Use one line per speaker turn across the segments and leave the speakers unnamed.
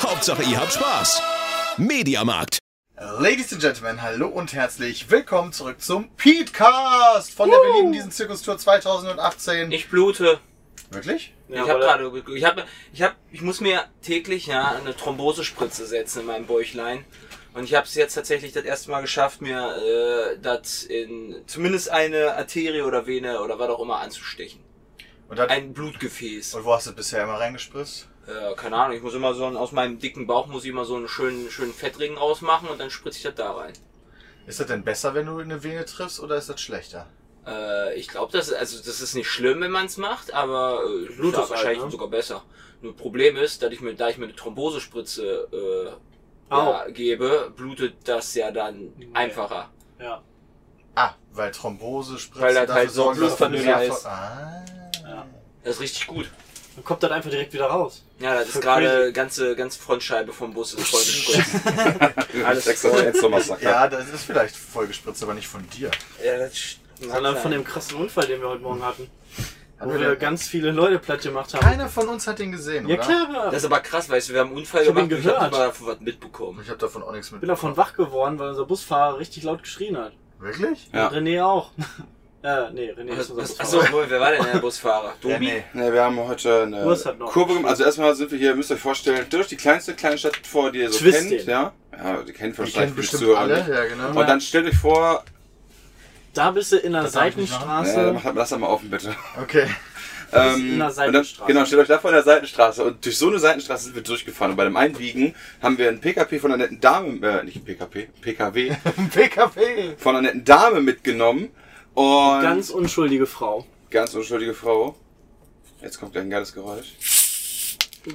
Hauptsache, ihr habt Spaß. Mediamarkt.
Ladies and Gentlemen, hallo und herzlich willkommen zurück zum Petecast von der Wir lieben diesen Zirkustour 2018.
Ich blute.
Wirklich?
Ja, ich habe gerade, ge- ich habe, ich habe, ich muss mir täglich ja eine Thrombosespritze setzen in meinem Bäuchlein. Und ich habe es jetzt tatsächlich das erste Mal geschafft, mir äh, das in zumindest eine Arterie oder Vene oder was auch immer anzustechen.
Und, hat,
Ein Blutgefäß.
und wo hast du bisher immer reingespritzt?
Äh, keine Ahnung, ich muss immer so einen, aus meinem dicken Bauch muss ich immer so einen schönen, schönen Fettring rausmachen und dann spritze ich das da rein.
Ist das denn besser, wenn du eine Vene triffst oder ist das schlechter?
Äh, ich glaube, das, also, das ist nicht schlimm, wenn man es macht, aber äh, ich
Blutet
sag
halt,
wahrscheinlich
ne?
sogar besser. Nur Problem ist, dass ich mir, da ich mir eine Thrombosespritze äh,
Au.
ja, gebe, blutet das ja dann einfacher.
Ja.
Ah, weil Thrombose spritzen
Weil das halt so ein
sorgen, dass du
Blutverdünner
mehr-
ist.
Ah.
Ja.
Das ist richtig gut.
Dann kommt das einfach direkt wieder raus.
Ja, das ist
Voll
gerade ganze, ganze Frontscheibe vom Bus ist voll gespritzt. Alles
Extra
voll.
extra Massaker.
Ja, das ist vielleicht vollgespritzt, aber nicht von dir.
Ja, das sch-
Sondern von dem krassen Unfall, den wir heute Morgen hatten. Wo
wir
wir
den-
ganz viele Leute platt gemacht haben.
Keiner von uns hat den gesehen,
ja
oder?
klar,
Das
ich
ist aber krass, weißt du, wir haben einen Unfall
Ich hab
gemacht,
ihn
ich habe
gehört.
immer davon was mitbekommen.
Ich habe davon auch nichts mit.
bin davon wach geworden, weil unser Busfahrer richtig laut geschrien hat.
Wirklich?
Ja.
Und René auch. äh, nee, René
Was-
ist unser
was-
Busfahrer.
Achso, wohl, wer war denn der Busfahrer?
Ja,
Domi?
nee.
Ne, wir haben heute eine
Urs hat halt noch.
Kurve gemacht. Also erstmal sind wir hier, müsst ihr euch vorstellen, durch die kleinste kleine Stadt vor, die ihr so
Twisting.
kennt. Ja? ja, die kennt
Die
wahrscheinlich
kennen
viele
bestimmt
Zuhörer
alle.
nicht.
Ja, genau.
Und dann stellt euch vor,
Da bist du in der
Das darf ich nicht
ne, dann
Seitenstraße.
macht das mal offen, bitte.
Okay.
Ähm,
in der
und
Seitenstraße.
Dann, genau, stellt euch da vor in der Seitenstraße. Und durch so eine Seitenstraße sind wir durchgefahren. Und bei dem Einbiegen haben wir einen PKP von einer netten Dame, äh, nicht ein PKP, PKW,
PKP.
von einer netten Dame mitgenommen. Und
Ganz unschuldige Frau.
ganz unschuldige Frau. Jetzt kommt gleich ein geiles Geräusch.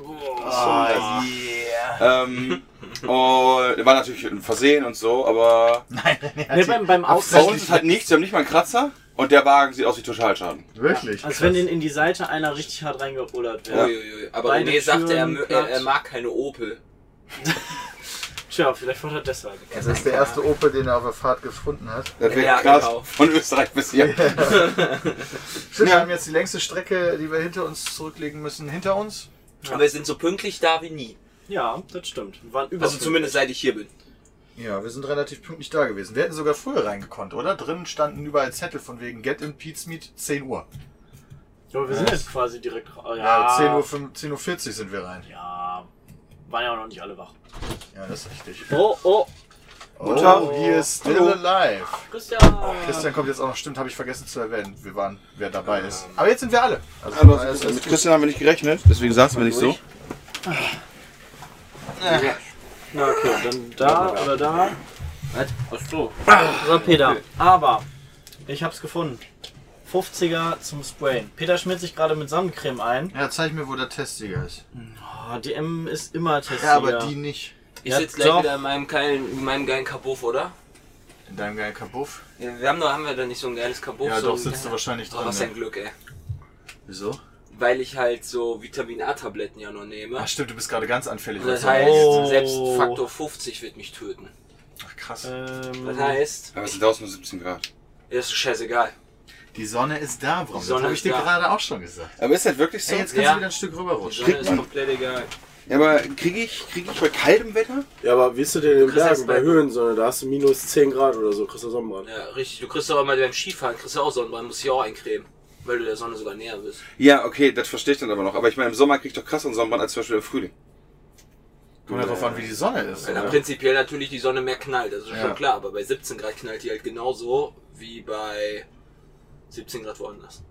Oh,
Ah.
yeah.
Ähm, und war natürlich ein Versehen und so, aber
Nee, beim, beim
bei
Aufsatz.
uns ist halt nichts, wir haben nicht mal einen Kratzer und der Wagen sieht aus wie Totalschaden.
Wirklich?
Als wenn den in die Seite einer richtig hart reingerullert wäre.
Uiuiui. Aber
Beide
René sagte, er,
Türen
mö- er,
platt.
er mag keine Opel.
Tja, vielleicht war das deshalb.
Das ist der erste Opel, den er auf der Fahrt gefunden hat.
Das wäre
Ja,
krass
genau.
von Österreich bis hier.
Stimmt,
Ja.
wir haben jetzt die längste Strecke, die wir hinter uns zurücklegen müssen, hinter uns.
Aber wir sind so pünktlich da wie nie.
Ja, das stimmt. Wir Waren über
Also zumindest seit ich hier bin.
Ja, wir sind relativ pünktlich da gewesen. Wir hätten sogar früher reingekonnt, oder? Drinnen standen überall Zettel von wegen Get in Pete's Meet 10 Uhr.
Aber wir sind jetzt quasi direkt. ra-
Ja,
Ja,
10 Uhr, 5, 10 Uhr 40 sind wir rein.
Ja, waren ja auch noch nicht alle wach.
Ja, das ist richtig.
Oh, oh,
Oh,
Tag.
hier ist Still
Hallo.
Alive.
Christian.
Christian kommt jetzt auch noch. Stimmt, habe ich vergessen zu erwähnen. Wir waren, wer dabei ist. Aber jetzt sind wir alle. Also,
Aber
alles-
mit Christian haben wir nicht gerechnet, deswegen saßen wir nicht so.
Na okay, dann da oder da. Was? Achso. So, Peter. Aber, ich hab's gefunden. 50er zum Sprayen. Peter schmiert sich gerade mit Sonnencreme ein.
ja, zeig mir, wo der Testsieger ist.
Oh, die M ist immer Testiger.
Ja, aber die nicht.
Ich
Ja,
sitze gleich
doch.
wieder in meinem geilen, in meinem geilen Kabuff, oder?
In deinem geilen Kabuff.
Ja, Wir haben doch, haben wir da nicht so ein geiles Kabuff?
Ja,
so
doch,
ein
sitzt du
geiler-
wahrscheinlich
Oh,
dran.
was ein
Ne?
Glück, ey.
Wieso?
Weil ich halt so Vitamin A-Tabletten ja noch nehme.
Ach, stimmt, du bist gerade ganz anfällig.
Und das
was-
heißt,
Oh.
selbst Faktor 50 wird mich töten.
Ach, krass. Mhm.
Das
Ähm,
heißt,
Aber es sind draußen nur 17 Grad.
ja, ist scheißegal.
Die Sonne ist da, Bram.
Die Sonne
das habe ich
ist
dir
da.
gerade auch schon gesagt.
Aber ist das wirklich so?
Ey, jetzt kannst
Ja.
du wieder ein Stück
Die
rüberrutschen.
Sonne ist komplett egal.
Ja, aber kriege ich, krieg ich bei kaltem Wetter?
Ja, aber wirst du denn in den
Kriegst
Bergen
du das
bei
bei-
Höhensonne? Da hast du minus 10 Grad oder so, kriegst du Sonnenbrand.
Ja, richtig. Du kriegst doch immer beim Skifahren, kriegst du auch Sonnenbrand, musst dich auch eincremen. Weil du der Sonne sogar näher bist.
Ja, okay, das verstehe ich dann aber noch. Aber ich meine, im Sommer kriege ich doch krasseren Sonnenbrand als zum Beispiel im Frühling.
Kommt ja drauf an, wie die Sonne ist.
Weil dann
oder?
prinzipiell natürlich die Sonne mehr knallt, das ist
Ja.
schon klar, aber bei 17 Grad knallt die halt genauso wie bei 17 Grad woanders.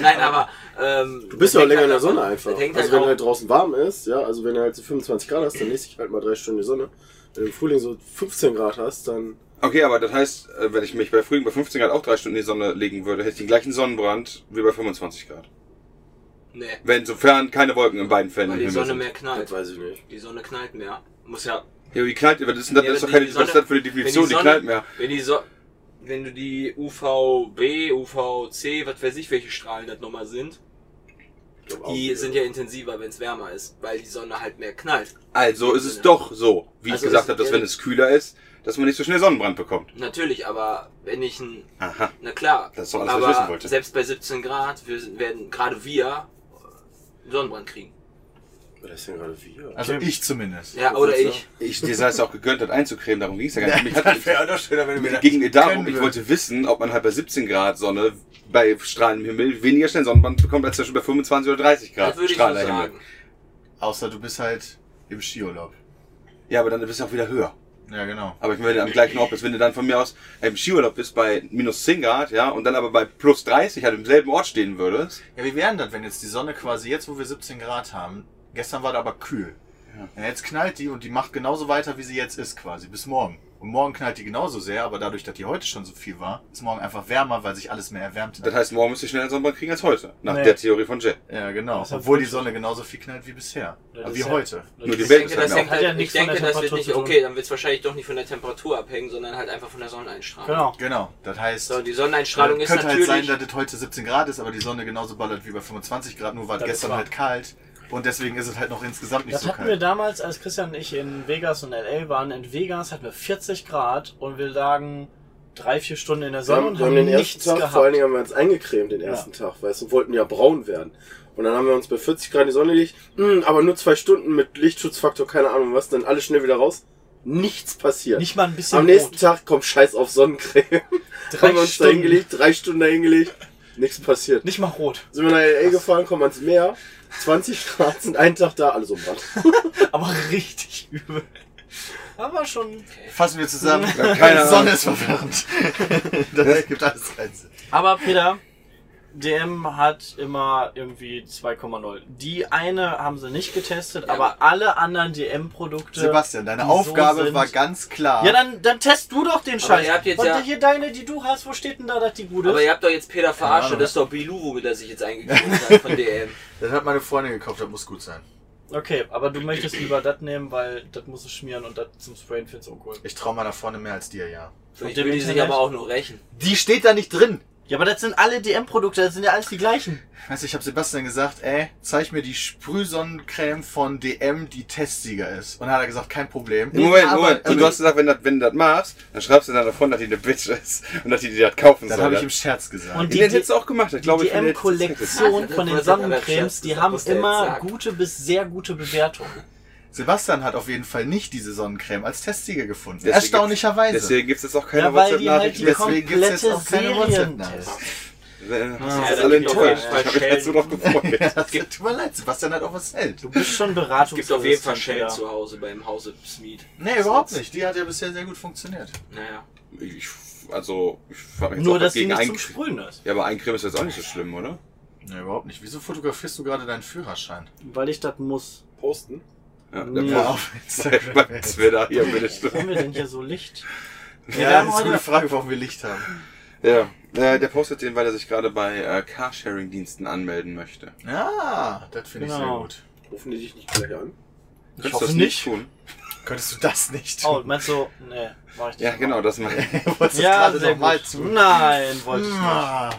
Nein, aber. Ähm,
Du bist ja auch länger in der Sonne einfach.
Das hängt
Also
halt
wenn
auch,
halt draußen warm ist, ja, also wenn du halt so 25 Grad hast, dann lässt sich halt mal drei Stunden die Sonne. Wenn du im Frühling so 15 Grad hast, dann
Okay, aber das heißt, äh, wenn ich mich bei Frühling bei 15 Grad auch drei Stunden in die Sonne legen würde, hätte ich den gleichen Sonnenbrand wie bei 25 Grad.
nee,
Wenn sofern keine Wolken in beiden Fällen
weil
im
die
Himmel
Sonne
sind.
mehr
das
knallt.
weiß ich nicht.
Die Sonne knallt mehr. Muss ja.
Ja, wie knallt, was ist denn das,
Ja,
das ist
wenn
doch keine,
die
was ist
Sonne-
das für eine Definition, die,
Sonne-
knallt mehr.
Wenn die so wenn du die UVB, UVC, was weiß ich, welche Strahlen das nochmal sind,
Ich glaub auch
die
nicht.
sind ja intensiver, wenn es wärmer ist, weil die Sonne halt mehr knallt.
Also ist es doch so, wie
Also
ich gesagt
ist-
habe, dass wenn es kühler ist, dass man nicht so schnell Sonnenbrand bekommt.
Natürlich, aber wenn ich ein.
Aha.
Na klar,
Das ist doch alles, was
aber
ich wissen wollte.
selbst bei 17 Grad wir sind- werden gerade wir äh, Sonnenbrand kriegen.
Wer ist denn gerade wir?
Also ich zumindest.
Ja, oder ich.
Ich dir sei es auch gegönnt hat einzucremen, darum ging es ja gar nicht. Mich hat,
Das wäre auch noch schöner, wenn du mir
mir
das
ging mir darum,
gönnen
ich
würdest.
wollte wissen, ob man halt bei 17 Grad Sonne bei strahlendem Himmel weniger schnell Sonnenbrand bekommt, als zum Beispiel bei 25 oder 30 Grad
das würde ich so
strahlender Himmel.
sagen.
Außer du bist halt im Skiurlaub.
Ja, aber dann bist du auch wieder höher.
Ja, genau.
Aber ich meine, am gleichen Ort bist, wenn du dann von mir aus im Skiurlaub bist bei minus 10 Grad, ja, und dann aber bei plus 30 halt im selben Ort stehen würdest.
Ja, wie wäre denn das, wenn jetzt die Sonne quasi jetzt, wo wir 17 Grad haben, gestern war da aber kühl. Ja, jetzt knallt die und die macht genauso weiter, wie sie jetzt ist quasi, bis morgen. Und morgen knallt die genauso sehr, aber dadurch, dass die heute schon so viel war, ist morgen einfach wärmer, weil sich alles mehr erwärmt hat.
Das heißt, morgen müsst ihr schneller Sonnenbrand kriegen als heute. Nach
Nee.
der Theorie von Jay.
Ja, genau.
Das hat
Obwohl die
Bullshit.
Sonne genauso viel knallt wie bisher.
Ja,
Aber
das
wie
ist ja-
heute.
Nur die
Das
Ich denke,
Welt ist
das
halt mehr
hängt
Hat
auf.
halt,
ja
ich
nichts von
denke,
der
das wird nicht,
Temperatur zu tun.
okay, dann wird es wahrscheinlich doch nicht von der Temperatur abhängen, sondern halt einfach von der Sonneneinstrahlung.
Genau.
Genau. Das heißt,
So, die Sonneneinstrahlung ist
könnte
natürlich.
halt sein, dass es heute 17 Grad ist, aber die Sonne genauso ballert wie bei 25 Grad, nur war es
Das ist
gestern
wahr.
halt kalt. Und deswegen ist es halt noch insgesamt nicht
Das
so
hatten wir
kalt.
damals, als Christian und ich in Vegas und L.A. waren. In Vegas hatten wir 40 Grad und wir lagen drei, vier Stunden in der
Wir
Sonne
haben,
und
wir
haben
haben den ersten
nichts
Tag,
gehabt.
vor allen Dingen haben wir uns eingecremt den ersten Tag, weißt du, und wollten ja braun werden. Und dann haben wir uns bei 40 Grad in die Sonne gelegt, hm, aber nur zwei Stunden mit Lichtschutzfaktor, keine Ahnung was, dann alle schnell wieder raus. Nichts passiert.
Nicht mal ein bisschen
Am nächsten
rot.
Tag kommt Scheiß auf Sonnencreme.
Drei
haben wir uns
Stunden.
da hingelegt, drei Stunden da hingelegt, nichts passiert.
Nicht mal rot,
Sind wir nach L.A. gefahren, kommen ans Meer, 20 Grad, sind einen Tag da, alles umbrannt.
aber richtig übel. Aber schon.
Fassen wir zusammen.
keine
die Sonne ist verwirrend. das ergibt alles keinen Sinn.
Aber Peter, DM hat immer irgendwie 2,0. Die eine haben sie nicht getestet, aber alle anderen DM-Produkte.
Sebastian, deine
die so
Aufgabe
sind-
war ganz klar.
Ja, dann, dann test du doch den Scheiß.
ihr habt jetzt
Und
ja-
hier deine, die du hast, wo steht denn da, dass die gut ist?
aber ihr habt doch jetzt Peter verarscht,
Ahnung.
das ist doch Bilou, womit er sich jetzt eingegeben hat von DM.
das hat meine Freundin gekauft, das muss gut sein.
Okay, aber du möchtest lieber das nehmen, weil das musst du schmieren und das zum Sprayen findest du uncool.
Ich traue meiner Freundin mehr als dir, ja.
So, ich
dem
will die sich
Internet?
aber auch nur rächen.
Die steht da nicht drin.
Ja, aber das sind alle DM-Produkte, das sind ja alles die gleichen.
Weißt du, ich habe Sebastian gesagt, ey, zeig mir die Sprühsonnencreme von DM, die Testsieger ist. Und dann hat er gesagt, kein Problem.
Moment,
Aber-
Moment.
ähm,
Und du hast gesagt, wenn, dat, wenn du das machst, dann schreibst du dann davon, dass die eine Bitch ist und dass die dir das kaufen
Das
soll.
habe ich im Scherz gesagt.
Und
die
die,
hätte
die,
jetzt auch gemacht. Ich glaube, ich hätte jetzt-
DM-Kollektion von den
Das hat er
Sonnencremes,
Scherz
die
gesagt,
haben
musste er jetzt
immer
sagen.
gute bis sehr gute Bewertungen.
Sebastian hat auf jeden Fall nicht diese Sonnencreme als Testsieger gefunden.
Deswegen gibt's-
Erstaunlicherweise.
Deswegen gibt es jetzt auch keine
Ja, weil die halt
WhatsApp-Nachrichten.
die
Deswegen
Deswegen gibt's jetzt
komplette
auch keine
Serien
WhatsApp-Nachricht.
testen.
äh,
Ah,
das
das
ist alle
gibt doch
enttäuscht. Ich
keinen
habe mich dazu noch gefreut.
Das gibt, tut mir leid, Sebastian hat auch was hält.
Du bist schon
Es
Beratung.
gibt auf jeden Fall Shell zu Hause beim Hause Smeed.
Nee, überhaupt nicht. Die hat ja bisher sehr gut funktioniert.
Naja.
Ich, also, ich habe mich jetzt
Nur,
auch
dass die
gegen
nicht
ein-
zum Sprühen ist.
Ja, aber Eincreme ist jetzt auch nicht so schlimm, oder?
Nee, überhaupt nicht. Wieso fotografierst du gerade deinen Führerschein?
Weil ich das muss.
Posten.
Ja,
Ja.
der
auf Instagram.
Das wäre da hier bitte
Wo
schlimm.
haben wir denn hier so Licht?
Ja, das ist eine gute Frage, warum wir Licht haben.
Ja, äh, der postet den, weil er sich gerade bei äh, Carsharing-Diensten anmelden möchte.
Ja, das finde ich sehr
Genau.
gut.
Rufen die dich nicht gleich an?
Könntest
hoffe
du das nicht tun?
Könntest du das nicht
Oh,
tun?
meinst du, nee, mach ich das
Ja, genau, das mache ich.
Du wolltest
Ja,
gerade
sehr
nochmal
gut.
tun.
Nein, wollte ich nicht.
Ah.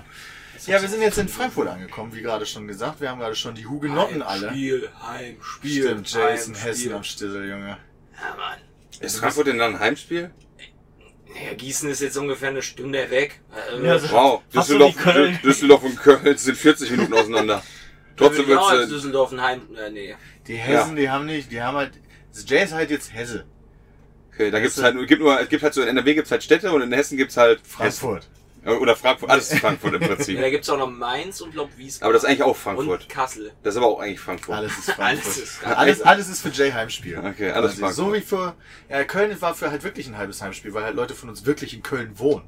Ja, wir sind jetzt in Frankfurt angekommen, wie gerade schon gesagt. Wir haben gerade schon die Hugenotten alle.
Spiel, Heimspiel.
Stimmt, Jason
Heimspiel.
Hessen am Stissel, Junge.
Ja, Mann.
Ist Frankfurt denn dann ein Heimspiel?
Naja, Gießen ist jetzt ungefähr eine Stunde weg. Äh,
Ja, so-
Wow,
Hast du
Düsseldorf,
die Köln?
Düsseldorf und Köln sind 40 Minuten auseinander. Trotzdem
Trotzdem wird
wird's.
es.
Äh,
Düsseldorf ein Heim. Äh, nee.
Die Hessen, die haben nicht, die haben halt. Jay ist halt jetzt Hesse.
okay, da gibt's halt nur, gibt nur, es gibt halt so in NRW gibt's halt Städte und in Hessen gibt's halt Hessen.
Frankfurt.
Oder Frankfurt, alles ist Frankfurt im
Ja, da
Prinzip.
gibt's auch noch Mainz und glaub Wiesbaden.
Aber das ist eigentlich auch
und
Frankfurt.
Kassel.
Das ist aber auch eigentlich Frankfurt.
Alles ist
Alles
Frankfurt.
ist
Alles, alles ist für Jay Heimspiel.
Okay,
Quasi.
alles Frankfurt.
So wie für, ja, Köln war für halt wirklich ein halbes Heimspiel, weil halt Leute von uns wirklich in Köln wohnen.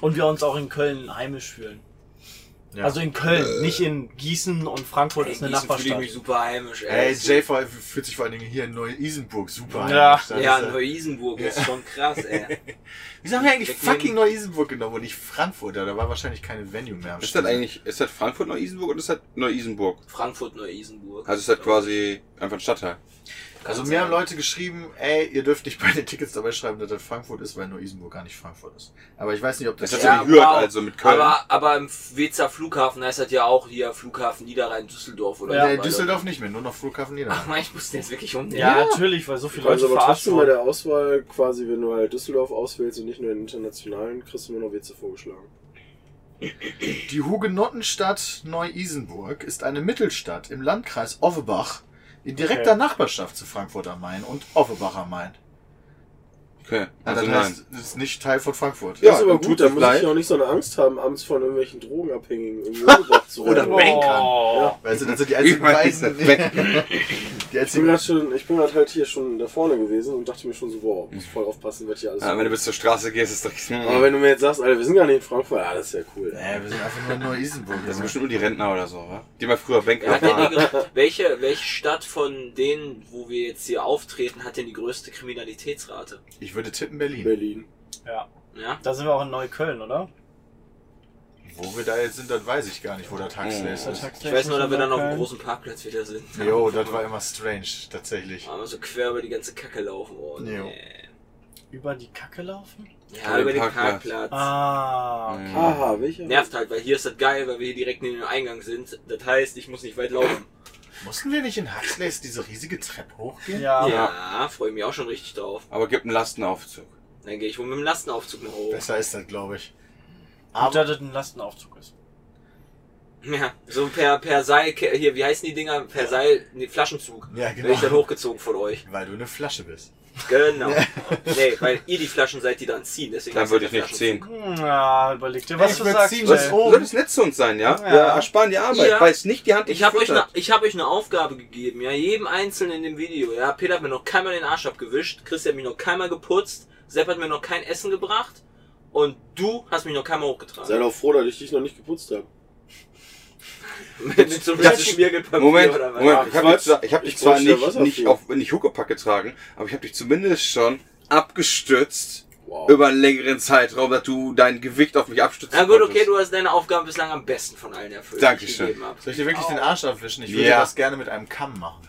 Und wir uns auch in Köln heimisch fühlen.
Ja.
Also in Köln, nicht in Gießen und Frankfurt ist eine
Gießen fühle ich mich
Nachbarstadt.
super heimisch.
Ey,
Das ist-
Jay vor- fühlt sich vor allen Dingen hier in Neu-Isenburg super heimisch.
Ja.
Das
Ja,
ist, äh,
Neu-Isenburg ist schon krass, ey.
Wieso haben wir eigentlich
Wegnehmen.
fucking Neu-Isenburg genommen und nicht Frankfurt? Da war wahrscheinlich keine Venue mehr am
Ist das
Start.
eigentlich, ist das Frankfurt Neu-Isenburg oder ist das Neu-Isenburg?
Frankfurt, Neu-Isenburg.
Also ist
halt
das quasi einfach ein Stadtteil.
Also mir haben Leute geschrieben, ey, ihr dürft nicht bei den Tickets dabei schreiben, dass das Frankfurt ist, weil Neu-Isenburg gar nicht Frankfurt ist. Aber ich weiß nicht, ob das...
Das
das
hat ja,
Ja,
gehört,
wow.
also mit Köln.
Aber, aber im Wezer Flughafen heißt das ja auch hier Flughafen Niederrhein-Düsseldorf oder
Ja,
nee,
so.
äh, Düsseldorf nicht mehr, nur noch Flughafen
Ach
Niederlande.
man, ich musste jetzt wirklich umnehmen.
Ja, natürlich, weil so viele
Du kannst
Leute
Also, aber
verarscht
trotzdem bei
wurden.
der Auswahl quasi, wenn du halt Düsseldorf auswählst und nicht nur den internationalen, kriegst du immer noch Witze vorgeschlagen.
Die Hugenottenstadt Neu-Isenburg ist eine Mittelstadt im Landkreis Offenbach in direkter Nachbarschaft zu Frankfurt am Main und Offenbach am Main.
Okay,
Ja,
also
das
nein.
heißt, es ist nicht Teil von Frankfurt.
Ja,
das ist aber
dann tut
gut, da
das
muss
leid.
ich ja auch nicht so eine Angst haben, abends von irgendwelchen Drogenabhängigen irgendwie umgebracht zu werden.
Oder Bankern.
Oh.
Weißt du, das sind die
also
Ich
einzigen beiden...
weiß nicht. Weg.
Die
Ich bin
einzigen...
grad schon, ich bin grad halt hier schon da vorne gewesen und dachte mir schon so, wow, muss voll aufpassen, wird hier alles.
Ja, wenn du bis zur Straße gehst, ist das
aber wenn du mir jetzt sagst, Alter, wir sind gar nicht in Frankfurt, ah, das ist ja cool.
Nee, Äh, wir sind einfach nur in Neu-Isenburg.
Das sind bestimmt nur die Rentner oder so, wa? Die mal früher
Wer
Banker
Hat denn die,
waren.
grö- welche, welche Stadt von denen, wo wir jetzt hier auftreten, hat denn die größte Kriminalitätsrate?
Ich würde tippen Berlin.
Berlin.
Ja.
Ja?
Da sind wir auch in Neukölln, oder?
Wo wir da jetzt sind, das weiß ich gar nicht, wo der
Oh.
Taxi ist.
Ich weiß nur, dass wir dann auf dem großen Parkplatz wieder sind.
Jo, das war immer strange, tatsächlich.
Aber so quer über die ganze Kacke laufen worden.
Jo.
Nee.
Über die Kacke laufen?
Ja, über den
Parkplatz.
Parkplatz.
Ah,
Mhm.
okay.
Aha, welcher?
Nervt halt, weil hier ist das geil, weil wir hier direkt neben dem Eingang sind. Das heißt, ich muss nicht weit laufen.
Mussten wir nicht in Huxleys diese riesige Treppe hochgehen?
Ja.
Ja, freue mich auch schon richtig drauf.
Aber gibt einen Lastenaufzug.
Dann gehe ich wohl mit dem Lastenaufzug nach oben.
Besser ist das, glaube ich.
Gut,
Aber
dass das ein Lastenaufzug ist.
Ja, so per, per Seil, hier, wie heißen die Dinger? Per Seil, nee, Flaschenzug.
Ja, genau.
Bin ich dann hochgezogen von euch.
weil du eine Flasche bist.
Genau. nee, weil ihr die Flaschen seid, die dann ziehen. Deswegen
Dann
heißt
würde
das
ich nicht
Flaschenzug.
ziehen.
Na, überleg dir, was
Ich
du
würd
sagst.
ziehen,
ey.
das-
Soll das nett zu uns sein, ja?
Ja.
Wir ersparen die Arbeit.
Ja.
Weiß nicht die Hand, die
Ich habe euch, ne,
füttert.
ich hab euch eine Aufgabe gegeben, ja, jedem Einzelnen in dem Video. Ja, Peter hat mir noch keinmal den Arsch abgewischt, Christian hat mich noch keinmal geputzt, Sepp hat mir noch kein Essen gebracht und du hast mich noch keinmal hochgetragen.
Sei doch froh, dass ich dich noch nicht geputzt habe.
Mit so einem Schmiergelpapier
Moment,
oder was?
Moment, ich habe
Kreuz-
dich, zwar- ich hab dich
ich
zwar
bräuchte
nicht,
Wasser
nicht,
für.
auf, nicht Huckepack getragen, aber ich habe dich zumindest schon abgestützt
Wow.
über einen längeren Zeitraum, dass du dein Gewicht auf mich abstützt.
Na gut, okay, du hast deine Aufgaben bislang am besten von allen erfüllt. die ich
Dankeschön.
gegeben hab.
Soll ich dir wirklich den Arsch abwischen? Ich würde
Ja.
das gerne mit einem Kamm machen.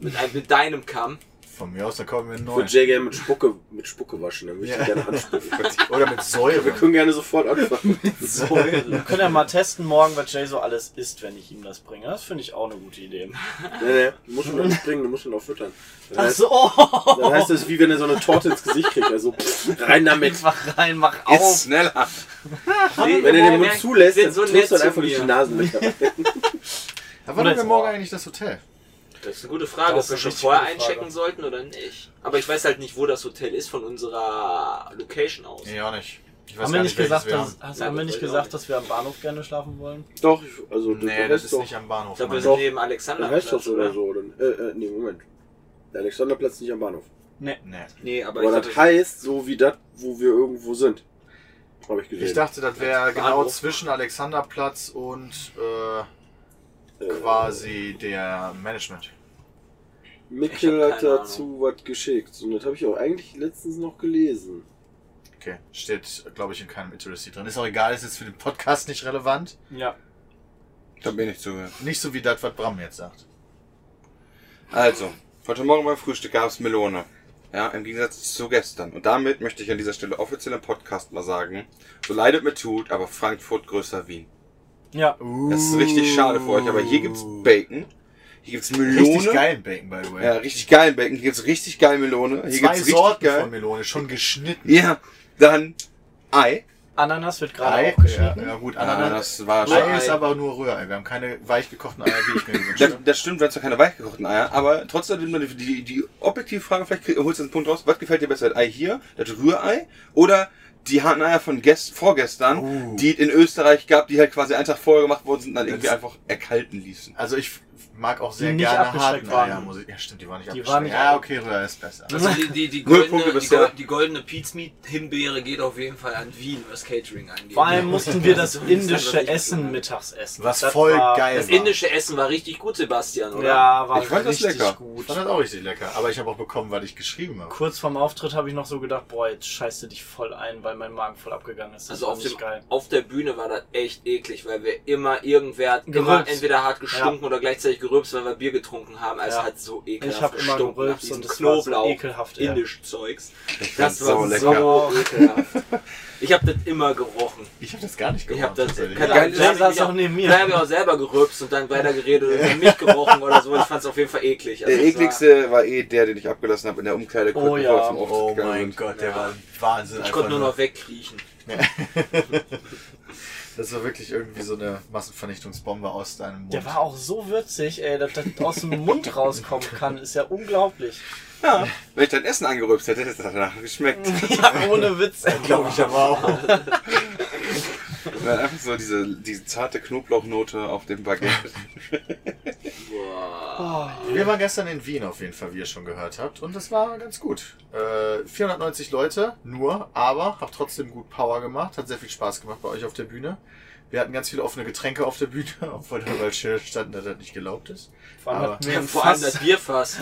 Mit, einem- mit deinem Kamm.
Von mir aus, da kommen wir einen
Ich würde
neuen.
Jay gerne mit Spucke, mit Spucke waschen, dann würde ich
Ja.
dich gerne anspucken.
Oder mit
Wir
Säure.
können gerne sofort anfangen.
Wir können ja mal testen morgen, was Jay so alles isst, wenn ich ihm das bringe. Das finde ich auch eine gute Idee. Äh,
Nee, nee, du musst ihn noch nicht bringen, du musst ihn auch füttern. Dann heißt,
so.
dann heißt das, wie wenn er so eine Torte ins Gesicht kriegt. Also pff, rein damit.
Mach rein, mach
Ist
auf.
schneller.
Nee,
Wenn er den Mund
merkt,
zulässt,
sind
dann
so
so
nett
triffst du halt
zu
einfach durch die
mir.
Nasenlöcher.
Da
Oder
war wir
ist-
morgen eigentlich das Hotel.
Das ist eine gute Frage,
Das
ob wir
ist eine
schon
richtig
vorher
gute Frage.
einchecken sollten oder nicht. Aber ich weiß halt nicht, wo das Hotel ist von unserer Location aus.
Nee, auch nicht. Ich weiß gar
Haben wir
nicht,
nicht gesagt,
welches wir haben.
dass, hast,
Ja,
haben wir
das wollte
nicht
ich auch
gesagt
nicht.
dass wir am Bahnhof gerne schlafen wollen?
doch, ich- also
Nee, das ist nicht am
Ich
Bahnhof.
glaube, wir
Mann.
sind neben
Dann
Alexander.
heißt das oder so. Dann, äh, äh, nee, Moment. Der Alexanderplatz nicht am Bahnhof.
Nee.
Nee, aber,
Aber
ich
das
glaub,
heißt, so wie das, wo wir irgendwo sind. Habe ich gesehen.
Ich dachte, das wäre
Bahnhof.
genau zwischen Alexanderplatz und äh,
Äh,
quasi der Management.
Mikkel
Ich hab
hat
keine
dazu was geschickt. Und das habe ich auch eigentlich letztens noch gelesen.
Okay, steht, glaube ich, in keinem Literacy drin. Ist auch egal, ist jetzt für den Podcast nicht relevant.
Ja.
Ich habe mir nicht zugehört.
Nicht so wie das, was Bram jetzt sagt.
Also, heute Morgen beim Frühstück gab es Melone. Ja, im Gegensatz zu gestern. Und damit möchte ich an dieser Stelle offiziell im Podcast mal sagen, so leidet mir tut, aber Frankfurt größer Wien.
Ja.
Das ist richtig schade für euch, aber hier gibt's Bacon, hier gibt's Melone.
Richtig geilen Bacon, by the way.
Ja, richtig geilen Bacon, hier gibt's richtig geile Melone. Hier
Zwei
gibt's richtig
Sorten
geil.
von Melone, schon geschnitten.
Ja, dann Ei.
Ananas wird gerade
Ei, ja,
aufgeschnitten.
ja gut,
Ah,
Ananas.
das war
Ei
schon.
ist aber nur Rührei. Wir haben keine weich gekochten Eier, wie ich mir gewünscht
Das,
habe.
das stimmt, wir haben zwar keine weichgekochten Eier, aber trotzdem wenn man die, die, die objektiv Fragen, vielleicht krieg, holst du einen Punkt raus, was gefällt dir besser, ein Ei hier, das Rührei oder die Hanaya von gest vorgestern, die es in Österreich gab, die halt quasi einen Tag vorher gemacht worden sind und dann irgendwie
Das-
einfach erkalten ließen.
Also ich mag auch sehr
Die nicht
gerne
abgeschreckt
Hartmeier
waren.
Musik. Ja, stimmt, die war nicht
Die
abgeschreckt.
waren nicht
ja,
ab-
okay, Röhr ist besser.
Also die, die, die
Null
goldene,
Punkte
die,
bis
go-
da.
die goldene Pizmeat-Himbeere geht auf jeden Fall an Wien, was Catering angeht.
Vor allem mussten wir das
Also, ist
indische
dann wirklich
Essen
gut.
mittags essen.
Was
Das
voll
war-
geil
Das
war.
indische Essen war richtig gut, Sebastian, oder?
Ja, war
Ich fand das
richtig
lecker.
Ich
gut.
fand das auch richtig lecker. Aber ich habe auch bekommen, weil ich geschrieben habe.
Kurz vorm Auftritt habe ich noch so gedacht, boah, jetzt scheißt du dich voll ein, weil mein Magen voll abgegangen ist. Das
Also
war
auf,
nicht
dem,
geil.
auf der Bühne war das echt eklig, weil wir immer irgendwer hat immer
Gerülpst.
entweder hart gestunken oder gleichzeitig gerülpst, weil wir Bier getrunken haben. Also
Ja.
hat so
Ich
ekelhaft
habe immer
gestunken nach
gerülpst
diesem
und es war so
Knoblauch,
ekelhaft. ja.
indisch Zeugs.
fand's
Das war
saulecker.
so ekelhaft. Ich habe das immer gerochen.
Ich habe das gar nicht
Ich
gemacht.
habe das
tatsächlich.
keine
Geil
Ahnung,
ist,
vielleicht
der
hab ich
saß
auch-
auch neben mir.
Vielleicht habe ich auch selber gerülpst und dann weitergeredet und mich gerochen oder so. Ich fand es auf jeden Fall eklig. Also
Der
es
ekligste war eh der, den ich abgelassen habe in der Umkleide kurz
Oh
bevor wir
ja.
zum Auftritt
Oh
gegangen
mein
sind.
Gott, der war Wahnsinn.
War, ich konnte nur noch wegkriechen.
Das war wirklich irgendwie so eine Massenvernichtungsbombe aus deinem Mund.
Der war auch so würzig, ey, dass das aus dem Mund rauskommen kann, ist ja unglaublich.
Ja. Wenn ich dein Essen angerübst hätte, hätte es danach geschmeckt.
Ja, ohne Witz, ey.
glaube ich aber auch.
Und dann einfach so diese, diese zarte Knoblauchnote auf dem Baguette.
Wir waren gestern in Wien auf jeden Fall, wie ihr schon gehört habt. Und das war ganz gut. Äh, 490 Leute nur, aber hab trotzdem gut Power gemacht. Hat sehr viel Spaß gemacht bei euch auf der Bühne. Wir hatten ganz viele offene Getränke auf der Bühne, obwohl da überall Schilder standen, dass das nicht erlaubt ist.
Vor allem hatten wir ein
Vor allem
Fass.
das Bierfass.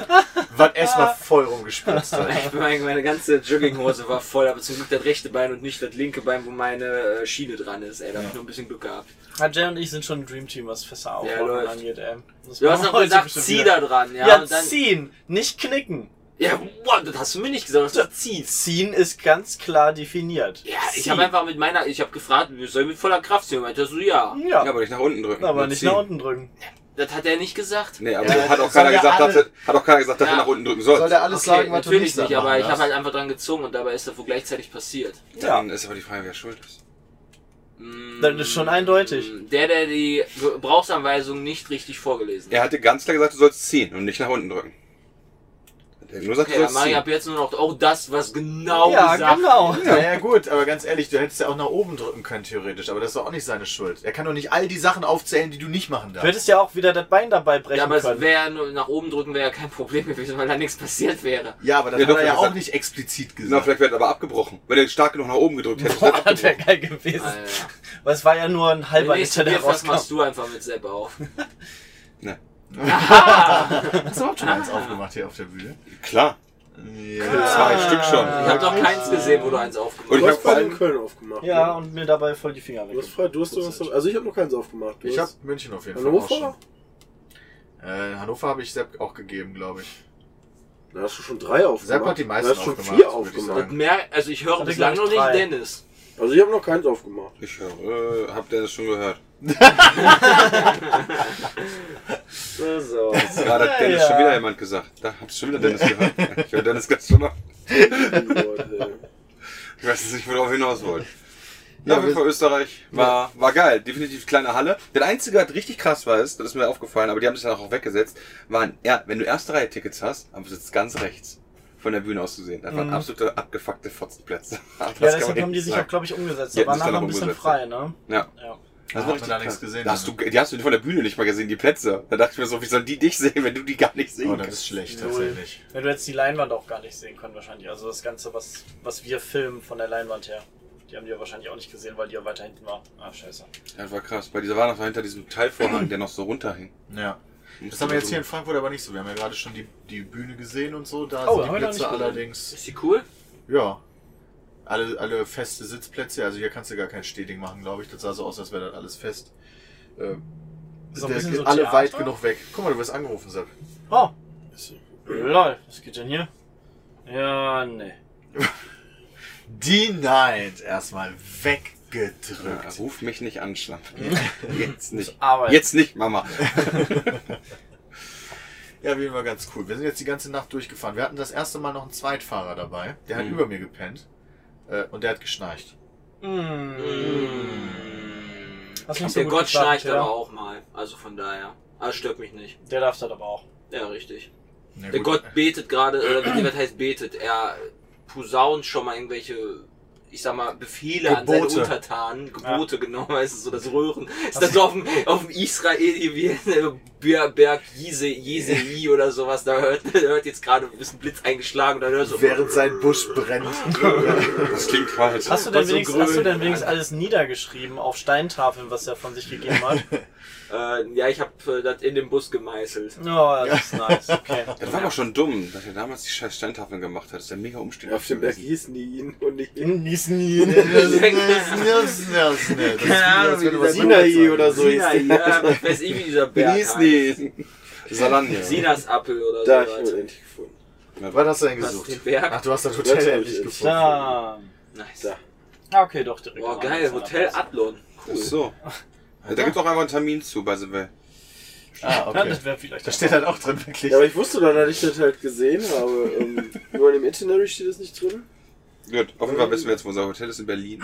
Was erstmal voll rumgespritzt hat.
Ich bin mein- meine ganze Jogginghose war voll, aber zum Glück das rechte Bein und nicht das linke Bein, wo meine äh, Schiene dran ist. Ey, da hab ich noch ein bisschen Glück gehabt.
Ja, Jay und ich sind schon ein Dreamteam, was Fässer aufmachen
läuft.
angeht, ey. Das
Du hast
machen
noch
wir
gesagt,
bestimmt
zieh
wieder.
da dran, ja?
Ja,
und dann,
ziehen, nicht knicken.
ja, wow, das hast du mir nicht gesagt, dass du ziehst.
Ziehen ist ganz klar definiert.
Ja, ich
Ziehen.
habe einfach mit meiner, ich habe gefragt, wir sollen mit voller Kraft ziehen. Und meinte er so, ja.
Ja,
Ja, aber nicht nach unten drücken.
aber
Nur
nicht
ziehen.
nach unten drücken.
Das hat er nicht gesagt.
Nee, aber
Ja,
hat, auch
das soll
keiner
ja
gesagt, dass,
alle-
er- hat auch keiner gesagt, dass
Ja.
er nach unten drücken
Soll
soll.
der alles sagen, was du
natürlich
nicht,
nicht,
sagen
aber ich habe
darfst?
halt einfach dran gezogen und dabei ist das wohl gleichzeitig passiert.
Dann ist aber die Frage, wer schuld ist.
Mm,
Das ist schon eindeutig.
Ähm, Der, der die Gebrauchsanweisung nicht richtig vorgelesen
Er hatte ganz klar gesagt, du sollst ziehen und nicht nach unten drücken. Er hat nur gesagt,
Okay,
du
dann
sollst
mache ich
ziehen.
ab jetzt nur noch auch das, was genau
ja,
gesagt
genau.
Naja gut, aber ganz ehrlich, du hättest ja auch nach oben drücken können, theoretisch, aber das ist doch auch nicht seine Schuld. Er kann doch nicht all die Sachen aufzählen, die du nicht machen
Du
darfst.
hättest ja auch wieder das Bein dabei brechen
Ja, aber es
können.
wäre nur nach oben drücken wäre ja kein Problem gewesen, weil da nichts passiert wäre.
Ja, aber das
Ja,
hat
doch,
er ja
das
auch
hat-
nicht explizit
Na,
gesagt.
vielleicht wird er aber abgebrochen. Wenn er stark genug nach oben gedrückt hätte, wäre
Boah,
er
das wäre
abgebrochen.
geil gewesen.
Alter.
Weil es war ja nur ein
Den
halber Liter,
nächsten
der
Bierfass
rauskam.
machst du einfach mit selber auf.
Hast du überhaupt schon eins aufgemacht hier auf der Bühne?
Klar,
Ja.
zwei Stück schon.
Ich habe noch keins gesehen, wo du eins aufgemacht
Ah. Und
Du
ich
hast
habe vor
vorhin in
allem,
Köln aufgemacht.
Ja,
ne?
und mir dabei voll die Finger
Du hast
weg.
frei, du hast doch was. Also ich habe noch keins aufgemacht. Du
Ich habe
hast-
München auf jeden Fall auch schon.
Hannover?
Äh, Hannover habe ich Sepp auch gegeben, glaube ich.
Da hast du schon drei aufgemacht.
Sepp hat die meisten
da hast du schon
aufgemacht,
vier
würde ich
aufgemacht.
hast. Mehr, also ich höre
Hatte
bislang
gleich
noch nicht
drei.
Dennis.
Also ich habe noch keins aufgemacht.
ich höre, äh, habt ihr das schon gehört?
So, so.
Gerade hat Dennis
Ja.
schon wieder jemand gesagt. Da habt ihr schon wieder Dennis gehört. Ich höre Dennis ganz schon noch.
Leute.
Ich weiß nicht, worauf ihr hinaus wollt. Ja, auf
wir-
jeden Fall Österreich war, war geil. Definitiv kleine Halle. Der einzige, was richtig krass war, ist, das ist mir aufgefallen, aber die haben sich dann auch weggesetzt, waren, ja, wenn du erste Reihe Tickets hast, aber du sitzt ganz rechts von der Bühne aus zu sehen. Das waren absolute abgefuckte Fotzenplätze. Das
Ja,
kann man
deshalb haben die
echt
sich
sagen.
auch, glaube ich, umgesetzt.
Die
Da
hätten
war
sich dann
nachher ein
auch
bisschen
umgesetzt.
frei, ne?
Ja.
Ja.
Das
Da
war
hat man
richtig
da nichts
krass.
gesehen,
Da hast du,
ne?
die hast du von der Bühne nicht mal gesehen, die Plätze. Da dachte ich mir so, wie sollen die dich sehen, wenn du die gar nicht sehen
Oh, das
kannst?
ist schlecht
Null.
tatsächlich.
Ja, du hättest die Leinwand auch gar nicht sehen können wahrscheinlich. Also das Ganze, was, was wir filmen von der Leinwand her. Die haben die ja wahrscheinlich auch nicht gesehen, weil die ja weiter hinten war. Ah, scheiße.
Das war krass. Bei dieser war noch hinter diesem Teilvorhang, der noch so runterhing.
Ja. Das haben wir jetzt hier in Frankfurt aber nicht so. Wir haben ja gerade schon die, die Bühne gesehen und so. Da
Oh,
sind
haben
die
wir noch
Plätze
nicht gesehen.
allerdings.
Ist die cool?
Ja. Alle, alle feste Sitzplätze. Also hier kannst du gar kein Stehding machen, glaube ich. Das sah so aus, als wäre das alles fest. Ähm,
So ein
der-
bisschen so
alle
Theater?
weit genug weg. Guck mal, du wirst angerufen, Sepp.
Oh. Lol, was geht denn hier? Ja, nee.
Denied erstmal weggedrückt.
Ja, ruf mich nicht an, Schlamp. Jetzt nicht.
Arbeit.
Jetzt nicht, Mama.
Ja, wie immer ganz cool. Wir sind jetzt die ganze Nacht durchgefahren. Wir hatten das erste Mal noch einen Zweitfahrer dabei. Der hat über mir gepennt. Äh, und der hat geschnarcht.
hm, Was nicht so
Hm. Der
gut
Gott
geklappt,
schnarcht
ja.
aber auch mal. Also von daher. Ah, stört mich nicht.
Der darf das aber auch.
Ja, richtig.
Na
Der
gut.
Gott betet gerade, oder wie was heißt betet? Er posaunt schon mal irgendwelche ich sag mal, Befehle an
Gebote.
seine Untertanen, Gebote, genau, weißt du, so das Röhren. Ist das so auf dem, auf dem Israel hier wie äh, Ber- Berg Jise, Jesei oder sowas, da hört, da hört jetzt gerade ein bisschen Blitz eingeschlagen, da hört so,
Während sein Busch brennt.
Das klingt falsch.
Hast du, denn
so
wenigstens,
grün.
hast du denn wenigstens alles niedergeschrieben auf Steintafeln, was er von sich gegeben hat?
äh, ja, ich hab äh, das in den Bus gemeißelt.
Oh, das ist nice. Okay.
Das war doch schon dumm, dass er damals die scheiß Steintafeln gemacht hat. Das ist ja mega umständlich.
Auf dem Berg hießen die ihn und nicht ihn.
Keine
Ahnung, wie dieser
Sinai oder so hieß
Sinai,
die.
ja, weiß ich, wie dieser
Wie
Berg
hieß
heißt.
die? Salanje.
Sinas Apfel oder
Da hab
so.
ich
was.
ihn endlich gefunden.
Was hast du denn
Was,
gesucht?
den Berg?
Ach, du hast das
Das
Hotel
hab
endlich
ich
gefunden.
Da.
Nice.
Da.
Ah, Okay, doch, direkt.
Boah,
am
geil,
Anfang.
Hotel Adlon.
Ach so. Ja, da gibt's auch einfach einen Termin zu bei Seville.
Ah,
Ja,
okay.
das wäre vielleicht
Da steht halt auch drin, wirklich.
Ja, aber ich wusste doch, dass ich das halt gesehen habe. Ähm, nur in dem Internet steht das nicht drin.
Gut, auf jeden Fall wissen wir jetzt, wo unser Hotel ist in Berlin.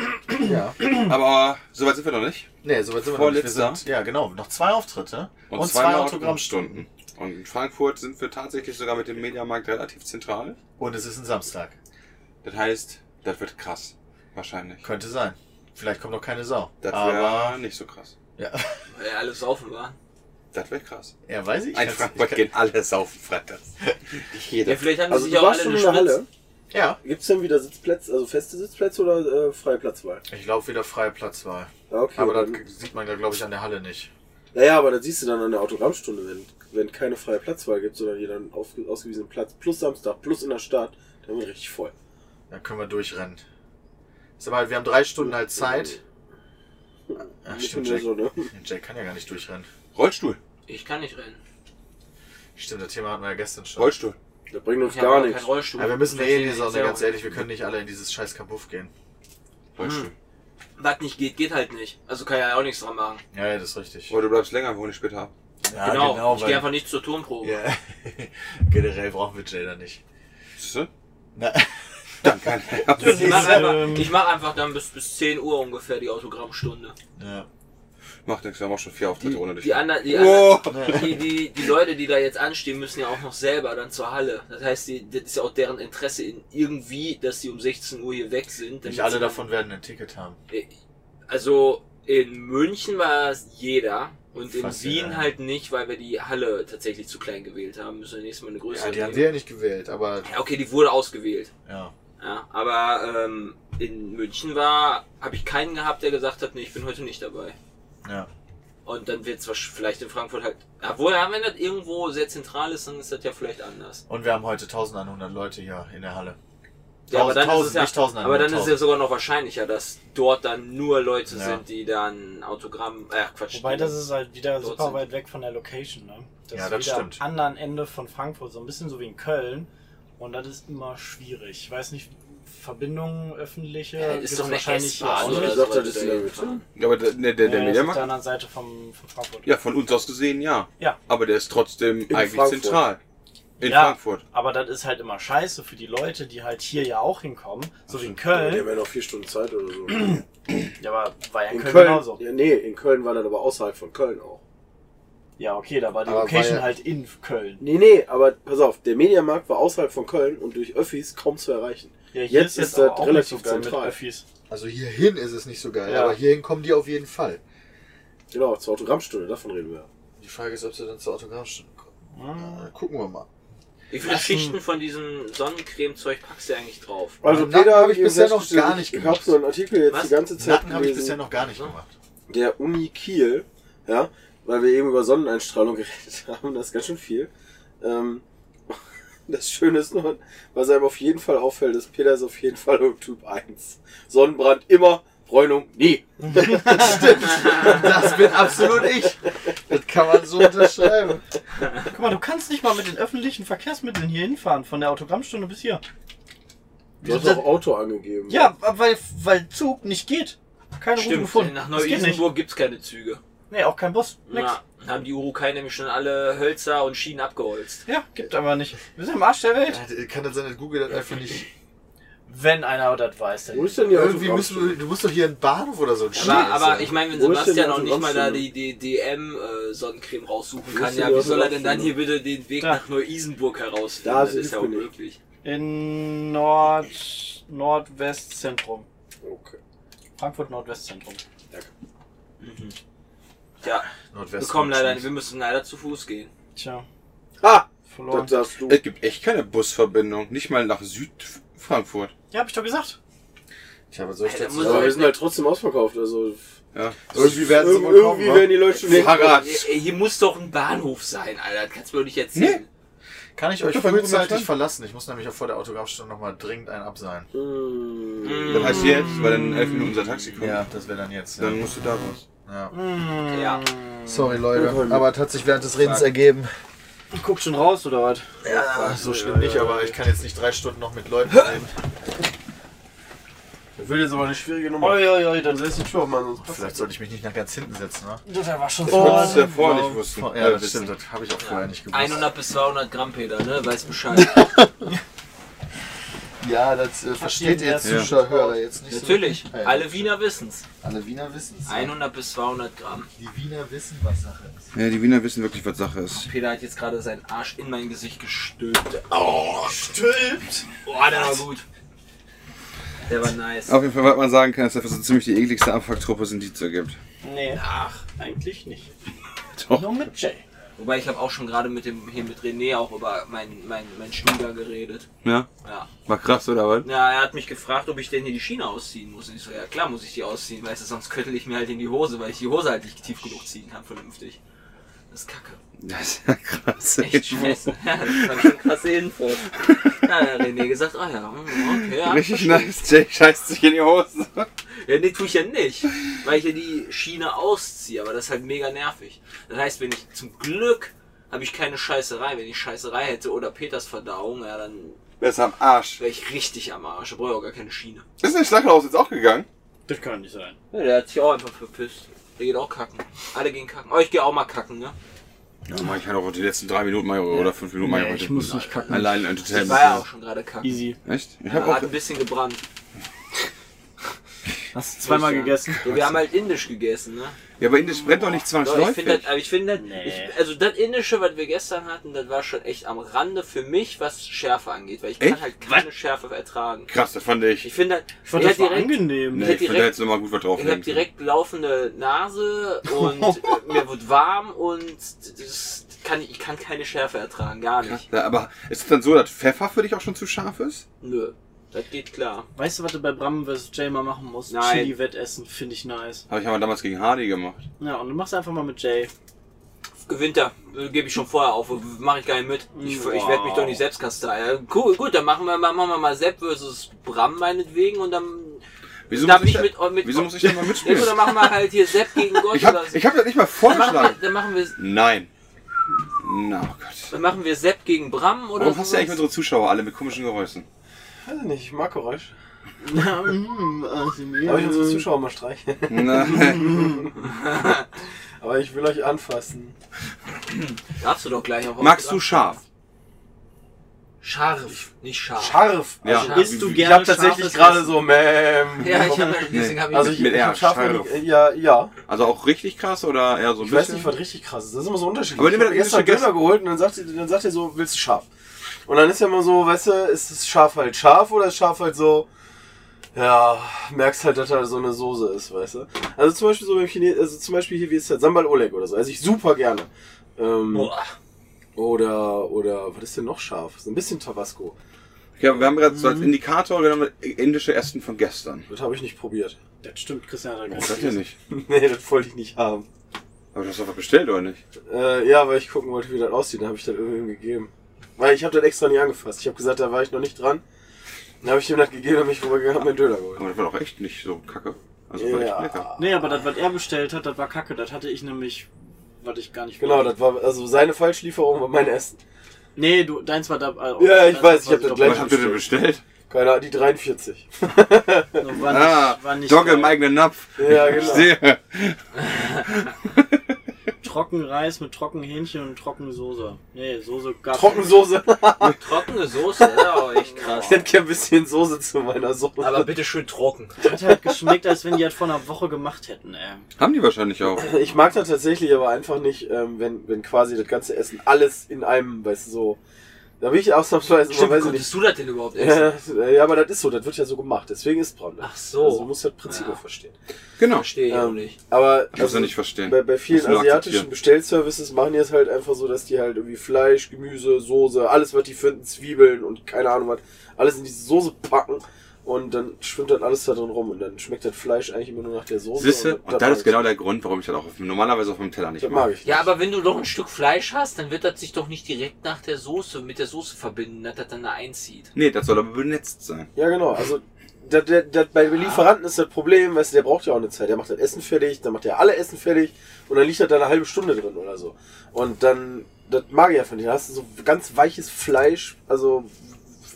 Ja. Aber so weit sind wir noch nicht.
Nee, so weit sind
Vorletzter.
noch nicht. sind, ja, genau. Noch zwei Auftritte und, zwei
zweimal
Autogrammstunden.
Und in Frankfurt sind wir tatsächlich sogar mit dem Mediamarkt relativ zentral.
Und es ist ein Samstag.
Das heißt, das wird krass. Wahrscheinlich.
Könnte sein. Vielleicht kommt noch keine Sau.
Das
Aber
wäre nicht so krass.
ja,
Weil alles saufen war.
Das wäre krass.
ja, weiß ich
In
jetzt
Frankfurt
nicht.
gehen alle saufen freitags.
Ja,
Jeder.
vielleicht haben
Also
sie
du
sich auch alle
warst schon in der
gespritzt.
Halle.
Ja,
Gibt's denn wieder Sitzplätze, also feste Sitzplätze oder äh, freie Platzwahl?
ich glaube wieder freie Platzwahl.
Ja, okay.
Aber das
dann-
sieht man da glaube ich an der Halle nicht.
Naja, aber dann siehst du dann an der Autogrammstunde, wenn, wenn keine freie Platzwahl gibt, sondern jeder einen auf, ausgewiesenen Platz plus Samstag plus in der Stadt, dann wird richtig voll.
Dann können wir durchrennen. Ist aber halt, wir haben drei Stunden halt Zeit. Ach,
Nicht ne?
stimmt,
in der
Jack.
Sonne.
Jack kann ja gar nicht durchrennen.
Rollstuhl.
Ich kann nicht rennen.
Stimmt, das Thema hatten wir ja gestern schon.
Rollstuhl.
Das bringt uns
Ich habe
gar
auch
nichts.
keinen Rollstuhl.
Aber wir müssen ja eh in die Sonne,
Sehr-
ganz ehrlich, wir können nicht alle in dieses scheiß Kabuff gehen.
Rollstuhl.
Was nicht geht, geht halt nicht. Also kann ja auch nichts dran machen.
Ja, ja, das ist richtig.
Oder du bleibst länger, wir holen dich später ab.
ja,
genau. Ich gehe
weil,
einfach nicht zur Turmprobe.
ja, generell brauchen wir Jay da nicht.
Siehst du?
Na,
Danke.
Ich mache
ähm,
einfach, ich mach einfach dann bis, bis 10 Uhr ungefähr die Autogrammstunde.
ja.
Macht nichts, wir haben auch schon vier Auftritte ohne dich.
Die, anderen, die,
Oh.
anderen, die, die, die Leute, die da jetzt anstehen, müssen ja auch noch selber dann zur Halle. Das heißt, die, das ist ja auch deren Interesse in irgendwie, dass die um 16 Uhr hier weg sind. damit
Nicht alle
sie dann-
davon werden ein Ticket haben.
Äh, Also in München war es jeder und in
Fast
Wien
jeder.
halt nicht, weil wir die Halle tatsächlich zu klein gewählt haben. Müssen wir nächstes Mal eine größere
Ja, die haben
nehmen.
wir ja nicht gewählt, aber
Ja, okay, die wurde ausgewählt.
ja.
Ja, aber ähm, in München war, habe ich keinen gehabt, der gesagt hat, nee, ich bin heute nicht dabei.
ja.
Und dann wird es vielleicht in Frankfurt halt, obwohl, ja, wenn das irgendwo sehr zentral ist, dann ist das ja vielleicht anders.
Und wir haben heute 1100 Leute hier in der Halle.
Ja, aber dann
Tausend,
ist es ja,
nicht tausend,
aber dann ist es ja
100.000.
sogar noch wahrscheinlicher, dass dort dann nur Leute
Ja.
sind, die dann Autogramm, äh, Quatsch.
Wobei
die-
das ist halt wieder
Dort
super
sind-
weit weg von der Location, ne? Das
Ja,
ist
das
wieder
stimmt.
am anderen Ende von Frankfurt, so ein bisschen so wie in Köln. Und das ist immer schwierig. Ich weiß nicht, Verbindungen öffentliche
Ja, ist
gibt's
doch eine
wahrscheinlich hier
S-Bahn
auch
oder
nicht.
Ich
so. was
dachte, das
wir
ist
da
in der
jetzt
Mitte.
haben.
Ja, aber der, der, der,
Ja, das
der
ist auf der
Mediamarkt?
anderen Seite vom, von Frankfurt.
Ja, von uns aus gesehen, ja.
Ja.
Aber der ist trotzdem eigentlich
Frankfurt.
zentral. In
Ja,
Frankfurt.
Aber das ist halt immer scheiße für die Leute, die halt hier ja auch hinkommen. So wie in
Die haben
Köln.
ja noch vier Stunden Zeit oder so.
Ja, aber war ja in
In
Köln,
Köln,
genauso.
ja, nee, in Köln war das aber außerhalb von Köln auch.
Ja, okay, da war die
Aber war
Location
ja-
halt in Köln.
Nee, nee, aber pass auf, der Mediamarkt war außerhalb von Köln und durch Öffis kaum zu erreichen.
Ja,
Jetzt ist das
aber auch
relativ
nicht so geil mit
zentral.
Öffis.
Also hierhin ist es nicht so geil,
Ja.
aber hierhin kommen die auf jeden Fall.
Genau, zur Autogrammstunde, davon reden wir.
Die Frage ist, ob sie dann zur Autogrammstunde kommen.
Äh,
Na, gucken wir mal.
Wie viele Schichten von diesem Sonnencreme-Zeug packst du eigentlich drauf?
Also,
Nacken hab ich bisher noch
festgestellt,
gar nicht
Ich habe
gemacht.
so einen Artikel jetzt
Was?
die ganze Zeit
Nacken habe ich bisher noch gar nicht gemacht.
der Uni Kiel, ja, weil wir eben über Sonneneinstrahlung geredet haben, das ist ganz schön viel. Ähm, das Schöne ist nur, was einem auf jeden Fall auffällt, ist Peter ist auf jeden Fall um Typ 1. Sonnenbrand immer, Bräunung nie.
Das bin absolut ich. Das kann man so unterschreiben.
Guck mal, du kannst nicht mal mit den öffentlichen Verkehrsmitteln hier hinfahren, von der Autogrammstunde bis hier.
Du hast auch Auto angegeben.
Ja, weil, weil Zug nicht geht. Keine Route
Stimmt,
gefunden.
nach
Das geht nicht.
Neu-Isenburg gibt's keine Züge.
Nee, auch kein Bus. Nix.
Na, dann haben die Urukai nämlich schon alle Hölzer und Schienen abgeholzt.
Ja, gibt aber nicht. Wir sind im Arsch der Welt.
Ja, Äh, Kann das sein, dass Google das einfach nicht.
Wenn einer das weiß,
Wo
dann.
ist denn die
Irgendwie musst du,
Autogrammstunde?
du musst doch hier einen Bahnhof oder so. ein Schild
Aber, aber
sein.
ich meine, wenn
Wo ist denn
Sebastian
der
auch nicht mal da
Autogrammstunde?
die, die DM-Sonnencreme raussuchen
Wo
kann,
ist denn
ja,
die
wie soll er denn dann hier
Autogrammstunde?
bitte den Weg
Da.
nach Neu-Isenburg herausfinden?
Da
das
sind
ist
die
ja
Frühling.
unmöglich.
In Nord. Nordwestzentrum.
Okay.
Frankfurt Nordwestzentrum.
Ja, wir
Nordwest.
kommen leider, wir müssen leider zu Fuß gehen.
Tja,
Ha!
verloren.
Das darfst du.
Es gibt echt keine Busverbindung, nicht mal nach Südfrankfurt.
Ja, hab ich doch gesagt.
Tja, was soll ich
Alter,
dazu
muss-
sagen?
Aber wir sind halt trotzdem ausverkauft. Also
Ja. Irgendwie werden sie
Irg-
wohl
irgendwie
kommen,
werden die
wa?
Leute schon denken,
Fahrrad.
Hier, hier muss doch ein Bahnhof sein, Alter. Das kannst du mir doch nicht erzählen.
Kann ich euch
Ja, wenn du
frühzeitig
möchtest.
verlassen? Ich muss nämlich auch vor der Autogrammstunde nochmal dringend einen abseilen.
Das heißt jetzt, weil dann in elf Minuten unser Taxi kommt.
das wäre dann jetzt. Ja.
Dann musst du da raus.
Ja.
Ja.
Mhm.
Sorry, Leute, aber es hat sich während des Redens ergeben.
Guck schon raus, oder was?
Ach, so schlimm nicht, aber ich kann jetzt nicht drei Stunden noch mit Leuten reden.
ich will jetzt aber eine schwierige Nummer.
Uiuiui, das
Dann setz dich vor, Mann. sonst passt
Vielleicht sollte ich mich nicht nach ganz hinten setzen, ne?
war schon
Das
vor.
wolltest du ja vorher äh, nicht wussten.
Ja, das stimmt, das habe ich auch vorher nicht gewusst.
100 bis 200 Gramm, Peter, ne? Weiß Bescheid.
Ja, das äh, versteht ihr
erst
Zuschauer, Hörer jetzt nicht
Natürlich.
so. gut. Ja,
Alle Wiener wissen's.
Alle Wiener wissen es.
100 bis 200 Gramm.
Die Wiener wissen, was Sache ist.
Ja, die Wiener wissen wirklich, was Sache ist.
Peter hat jetzt gerade seinen Arsch in mein Gesicht gestülpt. Oh, stülpt! Boah, der war gut. Der war nice.
Auf jeden Fall, was man sagen kann, ist, dass wir so ziemlich die ekligste Abfucktruppe sind, die es so gibt.
Nee. Ach, eigentlich nicht.
Doch.
Nur mit Jay.
Wobei ich habe auch schon gerade mit dem hier mit René auch über meinen mein, mein Schwieger geredet.
Ja?
Ja.
War krass, oder was?
Ja, er hat mich gefragt, ob ich denn hier die Schiene ausziehen muss. Und ich so, ja klar muss ich die ausziehen, weißt du, sonst köttel ich mir halt in die Hose, weil ich die Hose halt nicht tief genug ziehen kann, vernünftig. Das ist kacke.
Das ist ja krass.
Echt scheiße. Ja, das war schon krasse Info. Ja, der René gesagt, ah ja, hm, okay, ja.
Richtig nice, Jay scheißt sich in die Hose.
Ja, nee, tue ich ja nicht, weil ich ja die Schiene ausziehe, aber das ist halt mega nervig. Das heißt, wenn ich zum Glück habe ich keine Scheißerei. Wenn ich Scheißerei hätte oder Peters Verdauung, ja, dann
Besser am Arsch.
wäre ich richtig am Arsch. Da brauche ich auch gar keine Schiene.
Ist der Schlaghaus jetzt auch gegangen?
Das kann nicht sein.
Ja, der hat sich auch einfach verpisst. Der geht auch kacken. Alle gehen kacken. Oh, ich gehe auch mal kacken, ne?
Ja, Mann, ich hatte auch die letzten drei Minuten mal oder fünf Minuten mal
Nee, ich muss nicht kacken.
Allein ein
Ich war ja auch
Total.
schon gerade kacken.
Easy.
Echt? Ich
Ja,
hab
hat
auch.
ein bisschen gebrannt.
Hast du zweimal
Ja.
gegessen?
Ja, wir haben halt indisch gegessen, ne?
Ja, aber Indisch brennt doch nicht
Doch, ich
zwangsläufig.
finde das, aber ich finde das,
Nee.
ich, also das indische, was wir gestern hatten, das war schon echt am Rande für mich, was Schärfe angeht, weil ich kann
Echt?
halt keine Schärfe ertragen.
krass, das fand äh, ich.
Ich finde das,
Ich fand
ich
das war
hab direkt,
angenehm.
Nee,
hätte
ich würde da
direkt-
jetzt nochmal gut was
ich hab
drauflegen.
direkt laufende Nase und äh, mir wird warm und das kann, ich kann keine Schärfe ertragen, gar nicht.
Ja, aber ist es dann so, dass Pfeffer für dich auch schon zu scharf ist?
Nö, das geht klar.
Weißt du, was du bei Bram vs. Jay mal machen musst?
Nein.
Chili-Wettessen finde ich nice.
Habe ich aber damals gegen Hardy gemacht.
Ja, und du machst einfach mal mit Jay.
Gewinnt er, äh, gebe ich schon vorher auf, mache ich gar nicht mit. Ich, ich werde mich
Wow.
doch nicht selbst kasteien. Cool, gut, dann machen wir mal, machen wir mal Sepp versus Bram meinetwegen und dann.
Wieso
Darf
muss ich,
ich
da,
mit- mit-
wieso muss ich da mal
Ja,
mitspielen?
gut, dann machen wir halt hier Sepp gegen Gott
ich habe
oder so.
ich hab das nicht
Dann
mal
machen wir,
vorgeschlagen.
dann machen wir,
Nein. Na, oh Gott.
dann machen wir Sepp gegen Bram oder
Warum hast du
sowas.
eigentlich unsere Zuschauer alle mit komischen Geräuschen?
Weiß ich nicht, ich mag Geräusch.
hm, also
Darf ich unsere
Nein,
Zuschauer mal streicheln?
Nein.
Aber ich will euch anfassen.
Darfst du doch gleich auch.
Magst du scharf?
Scharf, nicht scharf.
Scharf.
Also,
Ja.
Isst du
Ich
gerne
habe tatsächlich
scharfes
gerade
Essen?
so, ma'am.
Ja, ich halt habe deswegen habe ich.
Also ich,
Mit
ich
R,
hab scharf
Scharf.
äh, ja, ja.
Also auch richtig krass oder eher so ein
Ich weiß
bisschen?
nicht, was richtig krass ist. Das ist immer so unterschiedlich.
Aber nehmen wir
ich hab
das
gestern
erste
Döner geholt und dann sagt, ihr- dann sagt ihr so, willst du scharf? Und dann ist ja immer so, weißt du, ist das scharf halt scharf oder ist scharf halt so, ja, merkst halt, dass da so eine Soße ist, weißt du? Also zum Beispiel so beim Chines, also zum Beispiel hier, wie ist das? Sambal Oleg oder so. Also ich super gerne.
Oh.
Ähm,
Boah.
oder, oder, was ist denn noch scharf? So ein bisschen Tabasco.
Ja, wir haben gerade so als
Mhm.
Indikator genommen indische Essen von gestern.
Das habe ich nicht probiert.
Das stimmt, Christian hat
Oh, Das
das
ja nicht.
nee, das wollte ich nicht haben.
Aber du hast doch was bestellt, oder nicht?
Äh, ja, weil ich gucken wollte, wie das aussieht. Dann habe ich das irgendwem gegeben. Weil ich habe das extra nicht angefasst. Ich habe gesagt, da war ich noch nicht dran. Dann habe ich ihm das gegeben und mich rübergegangen und mir einen Döner geholt.
Aber das war doch echt nicht so kacke. Also war echt lecker.
Nee, aber das, was er bestellt hat, das war kacke. Das hatte ich nämlich, was ich gar nicht
Genau,
wollte.
das war also seine Falschlieferung war mein Essen.
Nee, du, deins war da. äh,
Ja, ich
deins
weiß, ich
war
hab das
doppelt.
gleich-
Was habt ihr denn bestellt?
Keine Ahnung, die 43.
So, War nicht,
Ah,
war nicht
Dogge
geil.
im eigenen Napf.
Ja,
Ich
genau.
sehe.
Trockenreis mit Trockenhähnchen und Trockensoße. Nee, Soße gab's.
Trockensoße.
Trockene Soße, das ist aber echt krass.
Ich hätte gern ein bisschen Soße zu meiner Soße.
Aber bitte schön trocken.
Hat halt geschmeckt, als wenn die das vor einer Woche gemacht hätten, ey.
Haben die wahrscheinlich auch.
ich mag das tatsächlich aber einfach nicht, ähm, wenn, wenn quasi das ganze Essen alles in einem, weißt du, so. Da bin ich ausnahmsweise
Stimmt,
weiß
wie
ich nicht.
konntest du das denn überhaupt essen?
Ja, ja, aber das ist so, das wird ja so gemacht, deswegen ist braun.
Ach so. Ah.
Also muss das Prinzip
Ja.
auch verstehen.
Genau.
Verstehe ich auch
Ähm,
nicht.
Aber
Ich muss ja nicht verstehen.
bei, bei vielen
Muss nur
asiatischen
akzeptieren.
Bestellservices machen die es halt einfach so, dass die halt irgendwie Fleisch, Gemüse, Soße, alles was die finden, Zwiebeln und keine Ahnung was, alles in diese Soße packen und dann schwimmt dann alles da drin rum und dann schmeckt das Fleisch eigentlich immer nur nach der Soße.
Siehste? Und das
mag
ist
ich.
genau der Grund, warum ich das auch auf, normalerweise auf dem Teller nicht
Das mag
mache.
ich.
Ja, aber wenn du doch ein Stück Fleisch hast, dann wird das sich doch nicht direkt nach der Soße, mit der Soße verbinden, dass das dann da einzieht.
Nee, das soll aber benetzt sein.
Ja, genau. Also das, das, das, bei Lieferanten ist das Problem, weißt du, der braucht ja auch eine Zeit. Der macht das Essen fertig, dann macht er alle Essen fertig und dann liegt das da eine halbe Stunde drin oder so. Und dann, das mag ich ja von dir. Da hast du so ganz weiches Fleisch, also,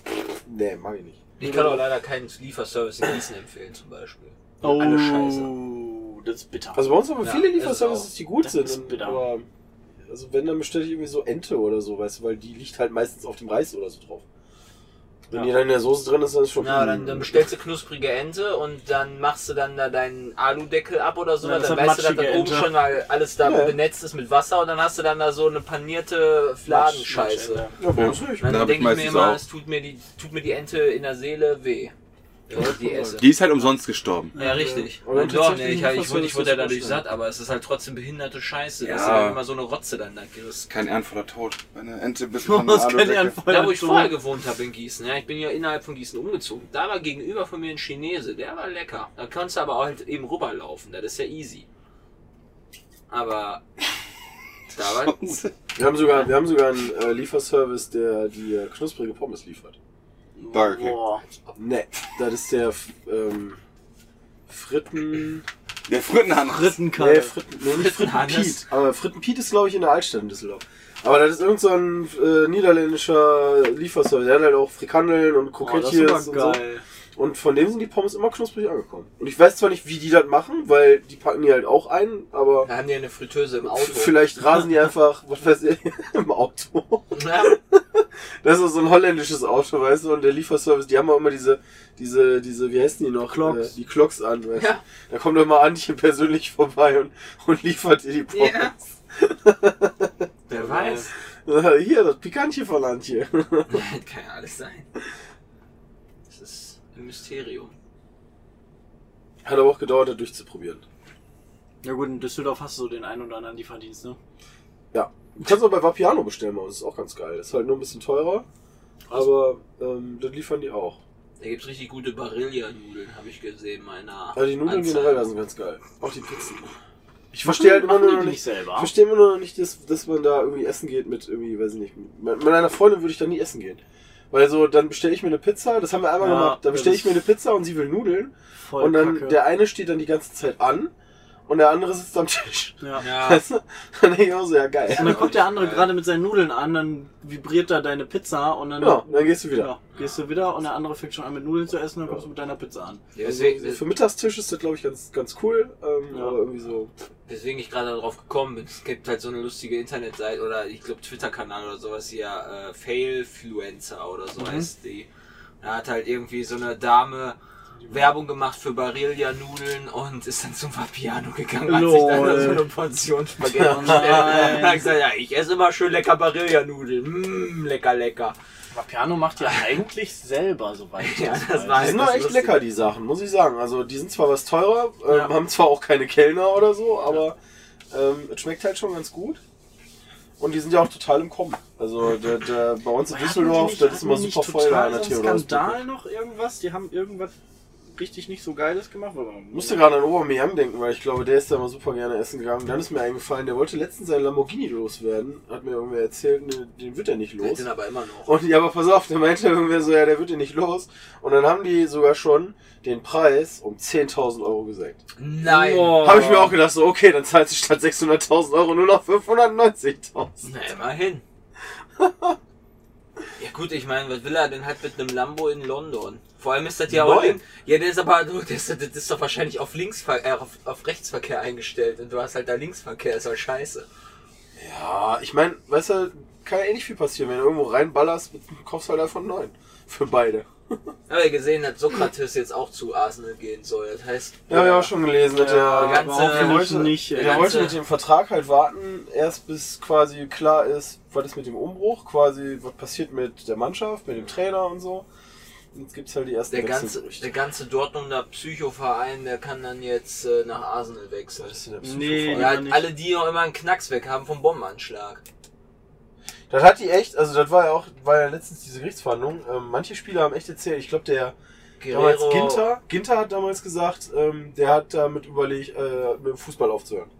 pff, nee, mag ich nicht.
Ich kann auch leider keinen Lieferservice in Gießen empfehlen, zum Beispiel. Alle scheiße.
Oh, das ist bitter.
Also bei uns haben wir
Ja,
viele
das
Lieferservices,
ist auch-
die gut
das
sind.
ist
und-
bitter.
Aber, also wenn, dann bestelle ich irgendwie so Ente oder so, weißt du, weil die liegt halt meistens auf dem Reis oder so drauf. Wenn
Ja.
die dann in der Soße drin ist, dann ist schon...
Na, dann, dann bestellst du knusprige Ente und dann machst du dann da deinen Aludeckel ab oder so,
Ja, das
dann
hat
weißt du, dass da
matschige
oben
Ente.
schon mal alles da
Ja.
benetzt ist mit Wasser und dann hast du dann da so eine panierte Fladenscheiße.
Matsch,
Ja, warum
Ja.
nicht?
Und
Da
Dann
hab
denke
ich
ich mir
meistens
immer,
auch.
es tut mir, die, tut mir die Ente in der Seele weh. Ja, die esse.
Die ist halt umsonst gestorben.
Ja, richtig.
Aber
Und doch,
tatsächlich
nee, ich,
muss
ich,
man
ich, wurde- ich
das
wurde ja
so
dadurch
vorstellen.
satt, aber es ist halt trotzdem behinderte Scheiße, dass
Ja.
du dann immer so eine Rotze dann da gerissen
Kein ehrenvoller Tod. Eine Ente bis
Das kann ja ein
Da, wo
Feuer
ich vorher gewohnt habe in Gießen, ja, ich bin ja innerhalb von Gießen umgezogen, da war gegenüber von mir ein Chinese, der war lecker. Da kannst du aber auch halt eben rüberlaufen, das ist ja easy. Aber da war gut.
Wir haben sogar, wir haben sogar einen äh, Lieferservice, der die äh, knusprige Pommes liefert.
Burger King.
Boah.
Ne, das ist der F- ähm, Fritten.
Der Frittenhahn.
Frittenkalle.
Nee, Fritten, nee, nicht Fritten
Hannes.
Piet. Aber Fritten Piet ist, glaube ich, in der Altstadt in Düsseldorf. Aber das ist irgend so ein äh, niederländischer Lieferservice. Der hat halt auch Frikandeln und
Boah, Oh, das ist
Krokettchen und
aber
so.
geil.
Und von dem sind die Pommes immer knusprig angekommen. Und ich weiß zwar nicht, wie die das machen, weil die packen die halt auch ein, aber
Da haben die eine Fritteuse im Auto.
vielleicht rasen die einfach, was weiß ich, im Auto.
Ja,
Das ist so ein holländisches Auto, weißt du, und der Lieferservice, die haben auch immer diese, diese, diese, wie heißen die noch?
Clocks.
Äh, die Clocks an, weißt
Ja.
du. Da kommt doch mal Antje persönlich vorbei und, und liefert dir die Pommes.
Ja. wer weiß.
Hier, das Pikantchen von Antje.
Das kann ja alles sein. Das ist ein Mysterium.
Hat aber auch gedauert, das durchzuprobieren.
Ja gut, in Düsseldorf hast du so den einen oder anderen Lieferdienst, ne?
Ja. Du kannst auch bei Vapiano bestellen bei uns, ist auch ganz geil. Ist halt nur ein bisschen teurer, aber ähm, das liefern die auch.
Da gibt's richtig gute Barilla-Nudeln, habe ich gesehen, meiner.
Also die Nudeln
Anzeige.
generell da sind ganz geil. Auch die Pizzen. Ich verstehe halt immer nur noch
die
nicht.
selber.
Ich verstehe immer nur noch nicht, dass, dass man da irgendwie essen geht mit irgendwie, weiß ich nicht. Mit, mit einer Freundin würde ich da nie essen gehen. Weil so, dann bestelle ich mir eine Pizza, das haben wir einmal
Ja,
gemacht, dann
das
bestelle
ist-
ich mir eine Pizza und sie will Nudeln.
Voll
und dann
Kacke.
der eine steht dann die ganze Zeit an und der andere sitzt am Tisch.
ja.
Ja,
Weißt du? Dann denke ich auch so, ja geil.
Und dann guckt der andere gerade mit seinen Nudeln an, dann vibriert da deine Pizza und dann,
Ja, dann gehst du wieder.
Ja, gehst du wieder und der andere fängt schon an mit Nudeln zu essen, dann kommst du mit deiner Pizza an.
Ja,
Also,
deswegen,
so für Mittagstisch ist das, glaube ich, ganz, ganz cool. Ähm,
Ja.
Aber irgendwie so.
deswegen ich gerade darauf gekommen bin. Es gibt halt so eine lustige Internetseite oder ich glaube Twitter-Kanal oder sowas hier, äh, Failfluencer oder so
Mhm.
heißt die. Da hat halt irgendwie so eine Dame Werbung gemacht für Barilla-Nudeln und ist dann zum Vapiano gegangen, hat sich dann da so
Lol.
eine Portion Spaghetti bestellt. Und
nein.
hat gesagt, ja, ich esse immer schön lecker Barilla-Nudeln. Mm, lecker, lecker.
Vapiano macht ja eigentlich selber, soweit ich
Ja, das
weiß.
war halt
Die sind
das
doch echt
Lustige.
lecker, die Sachen, muss ich sagen. Also, die sind zwar was teurer, ähm,
Ja.
haben zwar auch keine Kellner oder so, aber ähm, es schmeckt halt schon ganz gut. Und die sind ja auch total im Kommen. Also, der, der, bei uns in
Hatten die
Düsseldorf,
nicht-
das ist
hatten
immer
die nicht
super voll da
total
an der
so einen
Theodor.
Skandal noch irgendwas? Die haben irgendwas richtig nicht so Geiles gemacht? weil man-
musste gerade an Obermeyang denken, weil ich glaube, der ist da immer super gerne essen gegangen. Dann ist mir eingefallen, der wollte letztens seinen Lamborghini loswerden. Hat mir irgendwer erzählt, den, den wird er nicht los.
Den
Genau.
aber immer noch.
Und ja, aber pass auf, der meinte irgendwer so, ja, der wird ja nicht los. Und dann haben die sogar schon den Preis um 10.000 Euro gesenkt.
Nein.
Boah.
Habe ich mir auch gedacht, so, okay, dann zahlst du statt 600.000 Euro nur noch
Na,
590.000.
immerhin. ja gut, ich meine, was will er denn halt mit einem Lambo in London? Vor allem ist das ja auch...
Neu.
link- Ja, der ist aber... du, Der ist, das ist doch wahrscheinlich auf, Linksver äh, auf, auf Rechtsverkehr eingestellt und du hast halt da Linksverkehr, ist halt scheiße.
Ja, ich meine, weißt du, kann ja eh nicht viel passieren. Wenn du irgendwo reinballerst, kaufst du halt davon neun. Für beide.
Aber ihr gesehen hat, Sokrates jetzt auch zu Arsenal gehen soll. Das heißt,
Ja, habe ich auch schon gelesen, dass
Ja,
der,
ganze-
überhaupt der,
Wollte
wollte,
nicht,
der
äh,
wollte
ganze-
mit dem Vertrag halt warten, erst bis quasi klar ist, was ist mit dem Umbruch, quasi, was passiert mit der Mannschaft, mit dem Trainer und so. Und Jetzt gibt's halt die ersten
der ganze,
Wechselgerüchte.
der ganze Dortmunder Psychoverein, der kann dann jetzt äh, nach Arsenal wechseln.
Das ist der
Nee,
Psychophon.
Ja,
nicht.
alle, die noch immer einen Knacks weg haben vom Bombenanschlag.
Das hat die echt, also das war ja auch, war ja letztens diese Gerichtsverhandlung. Ähm, manche Spieler haben echt erzählt, ich glaube der damals
Guerrero-
Ginter, Ginter hat damals gesagt, ähm, der hat damit überlegt, äh, mit dem Fußball aufzuhören.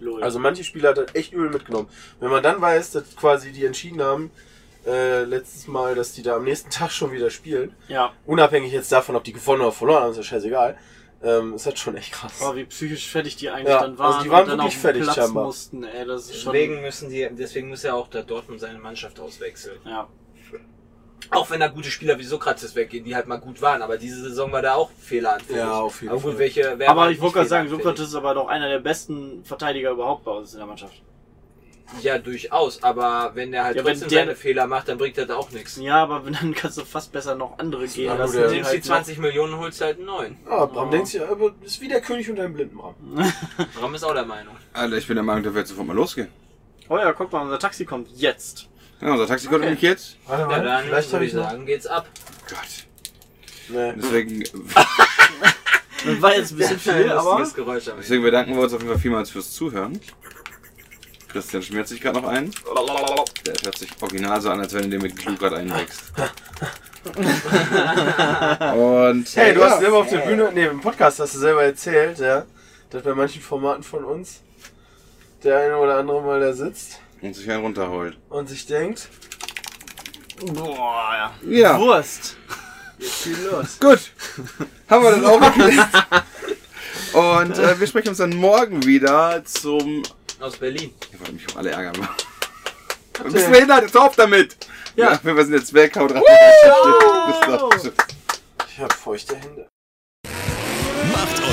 Lol.
Also manche Spieler hat das echt übel mitgenommen. Wenn man dann weiß, dass quasi die entschieden haben, äh, letztes Mal, dass die da am nächsten Tag schon wieder spielen,
ja,
unabhängig jetzt davon, ob die gewonnen oder verloren haben, ist ja scheißegal, ähm, ist das schon echt krass.
aber wie psychisch fertig die eigentlich
Ja,
dann waren.
also die waren
und dann
wirklich
auf den
fertig,
Platz
scheinbar.
mussten, ey, das ist schon.
Deswegen müssen die, deswegen muss ja auch der Dortmund seine Mannschaft auswechseln.
Ja.
Auch wenn da gute Spieler wie Sokrates weggehen, die halt mal gut waren, aber diese Saison war da auch Fehler
Ja, auf jeden
aber gut,
Fall.
Welche, wer war
Aber ich
nicht
wollte gerade sagen,
fehleranfällig?
Sokrates ist aber doch einer der besten Verteidiger überhaupt bei uns in der Mannschaft.
Ja, durchaus, aber wenn der halt
Ja, wenn
trotzdem
der-
seine Fehler macht, dann bringt das auch nichts.
Ja, aber wenn- dann kannst du fast besser noch andere gehen
war
lassen.
gut, ja.
Du
die
nimmst die
halt noch-
20 Millionen und holst halt einen neuen.
Ja, Bram denkt sich, aber ist wie der König unter dem Blinden, Bram.
Bram ist auch der Meinung.
Alter, ich bin der Meinung, der wird sofort mal losgehen.
Oh ja, guck mal, unser Taxi kommt jetzt.
Ja, unser Taxi kommt nämlich jetzt.
Warte
Ja, dann
vielleicht
würde
habe
ich
ich noch.
sagen, geht's ab.
Gott.
Nee.
Deswegen,
Das war jetzt ein bisschen viel, aber.
Das Geräusch damit.
deswegen bedanken wir uns auf jeden Fall vielmals fürs Zuhören. Christian schmiert sich gerade noch ein. Der hört sich original so an, als wenn er dir mit Glue gerade einwächst. Und
Hey, du hast selber auf der Bühne, nee, im Podcast hast du selber erzählt, ja, dass bei manchen Formaten von uns der eine oder andere mal da sitzt
und sich einen runterholt.
und sich denkt,
Boah, ja.
Ja,
Wurst. Jetzt viel los.
gut. Haben wir das auch geklärt. Und äh, wir sprechen uns dann morgen wieder zum...
Aus Berlin.
Ich wollte mich um alle ärgern. Du bist behindert, jetzt hör auf damit! Ja, wir sind jetzt weg, haut rein. Bis dann. Tschüss.
ich habe feuchte Hände.
Macht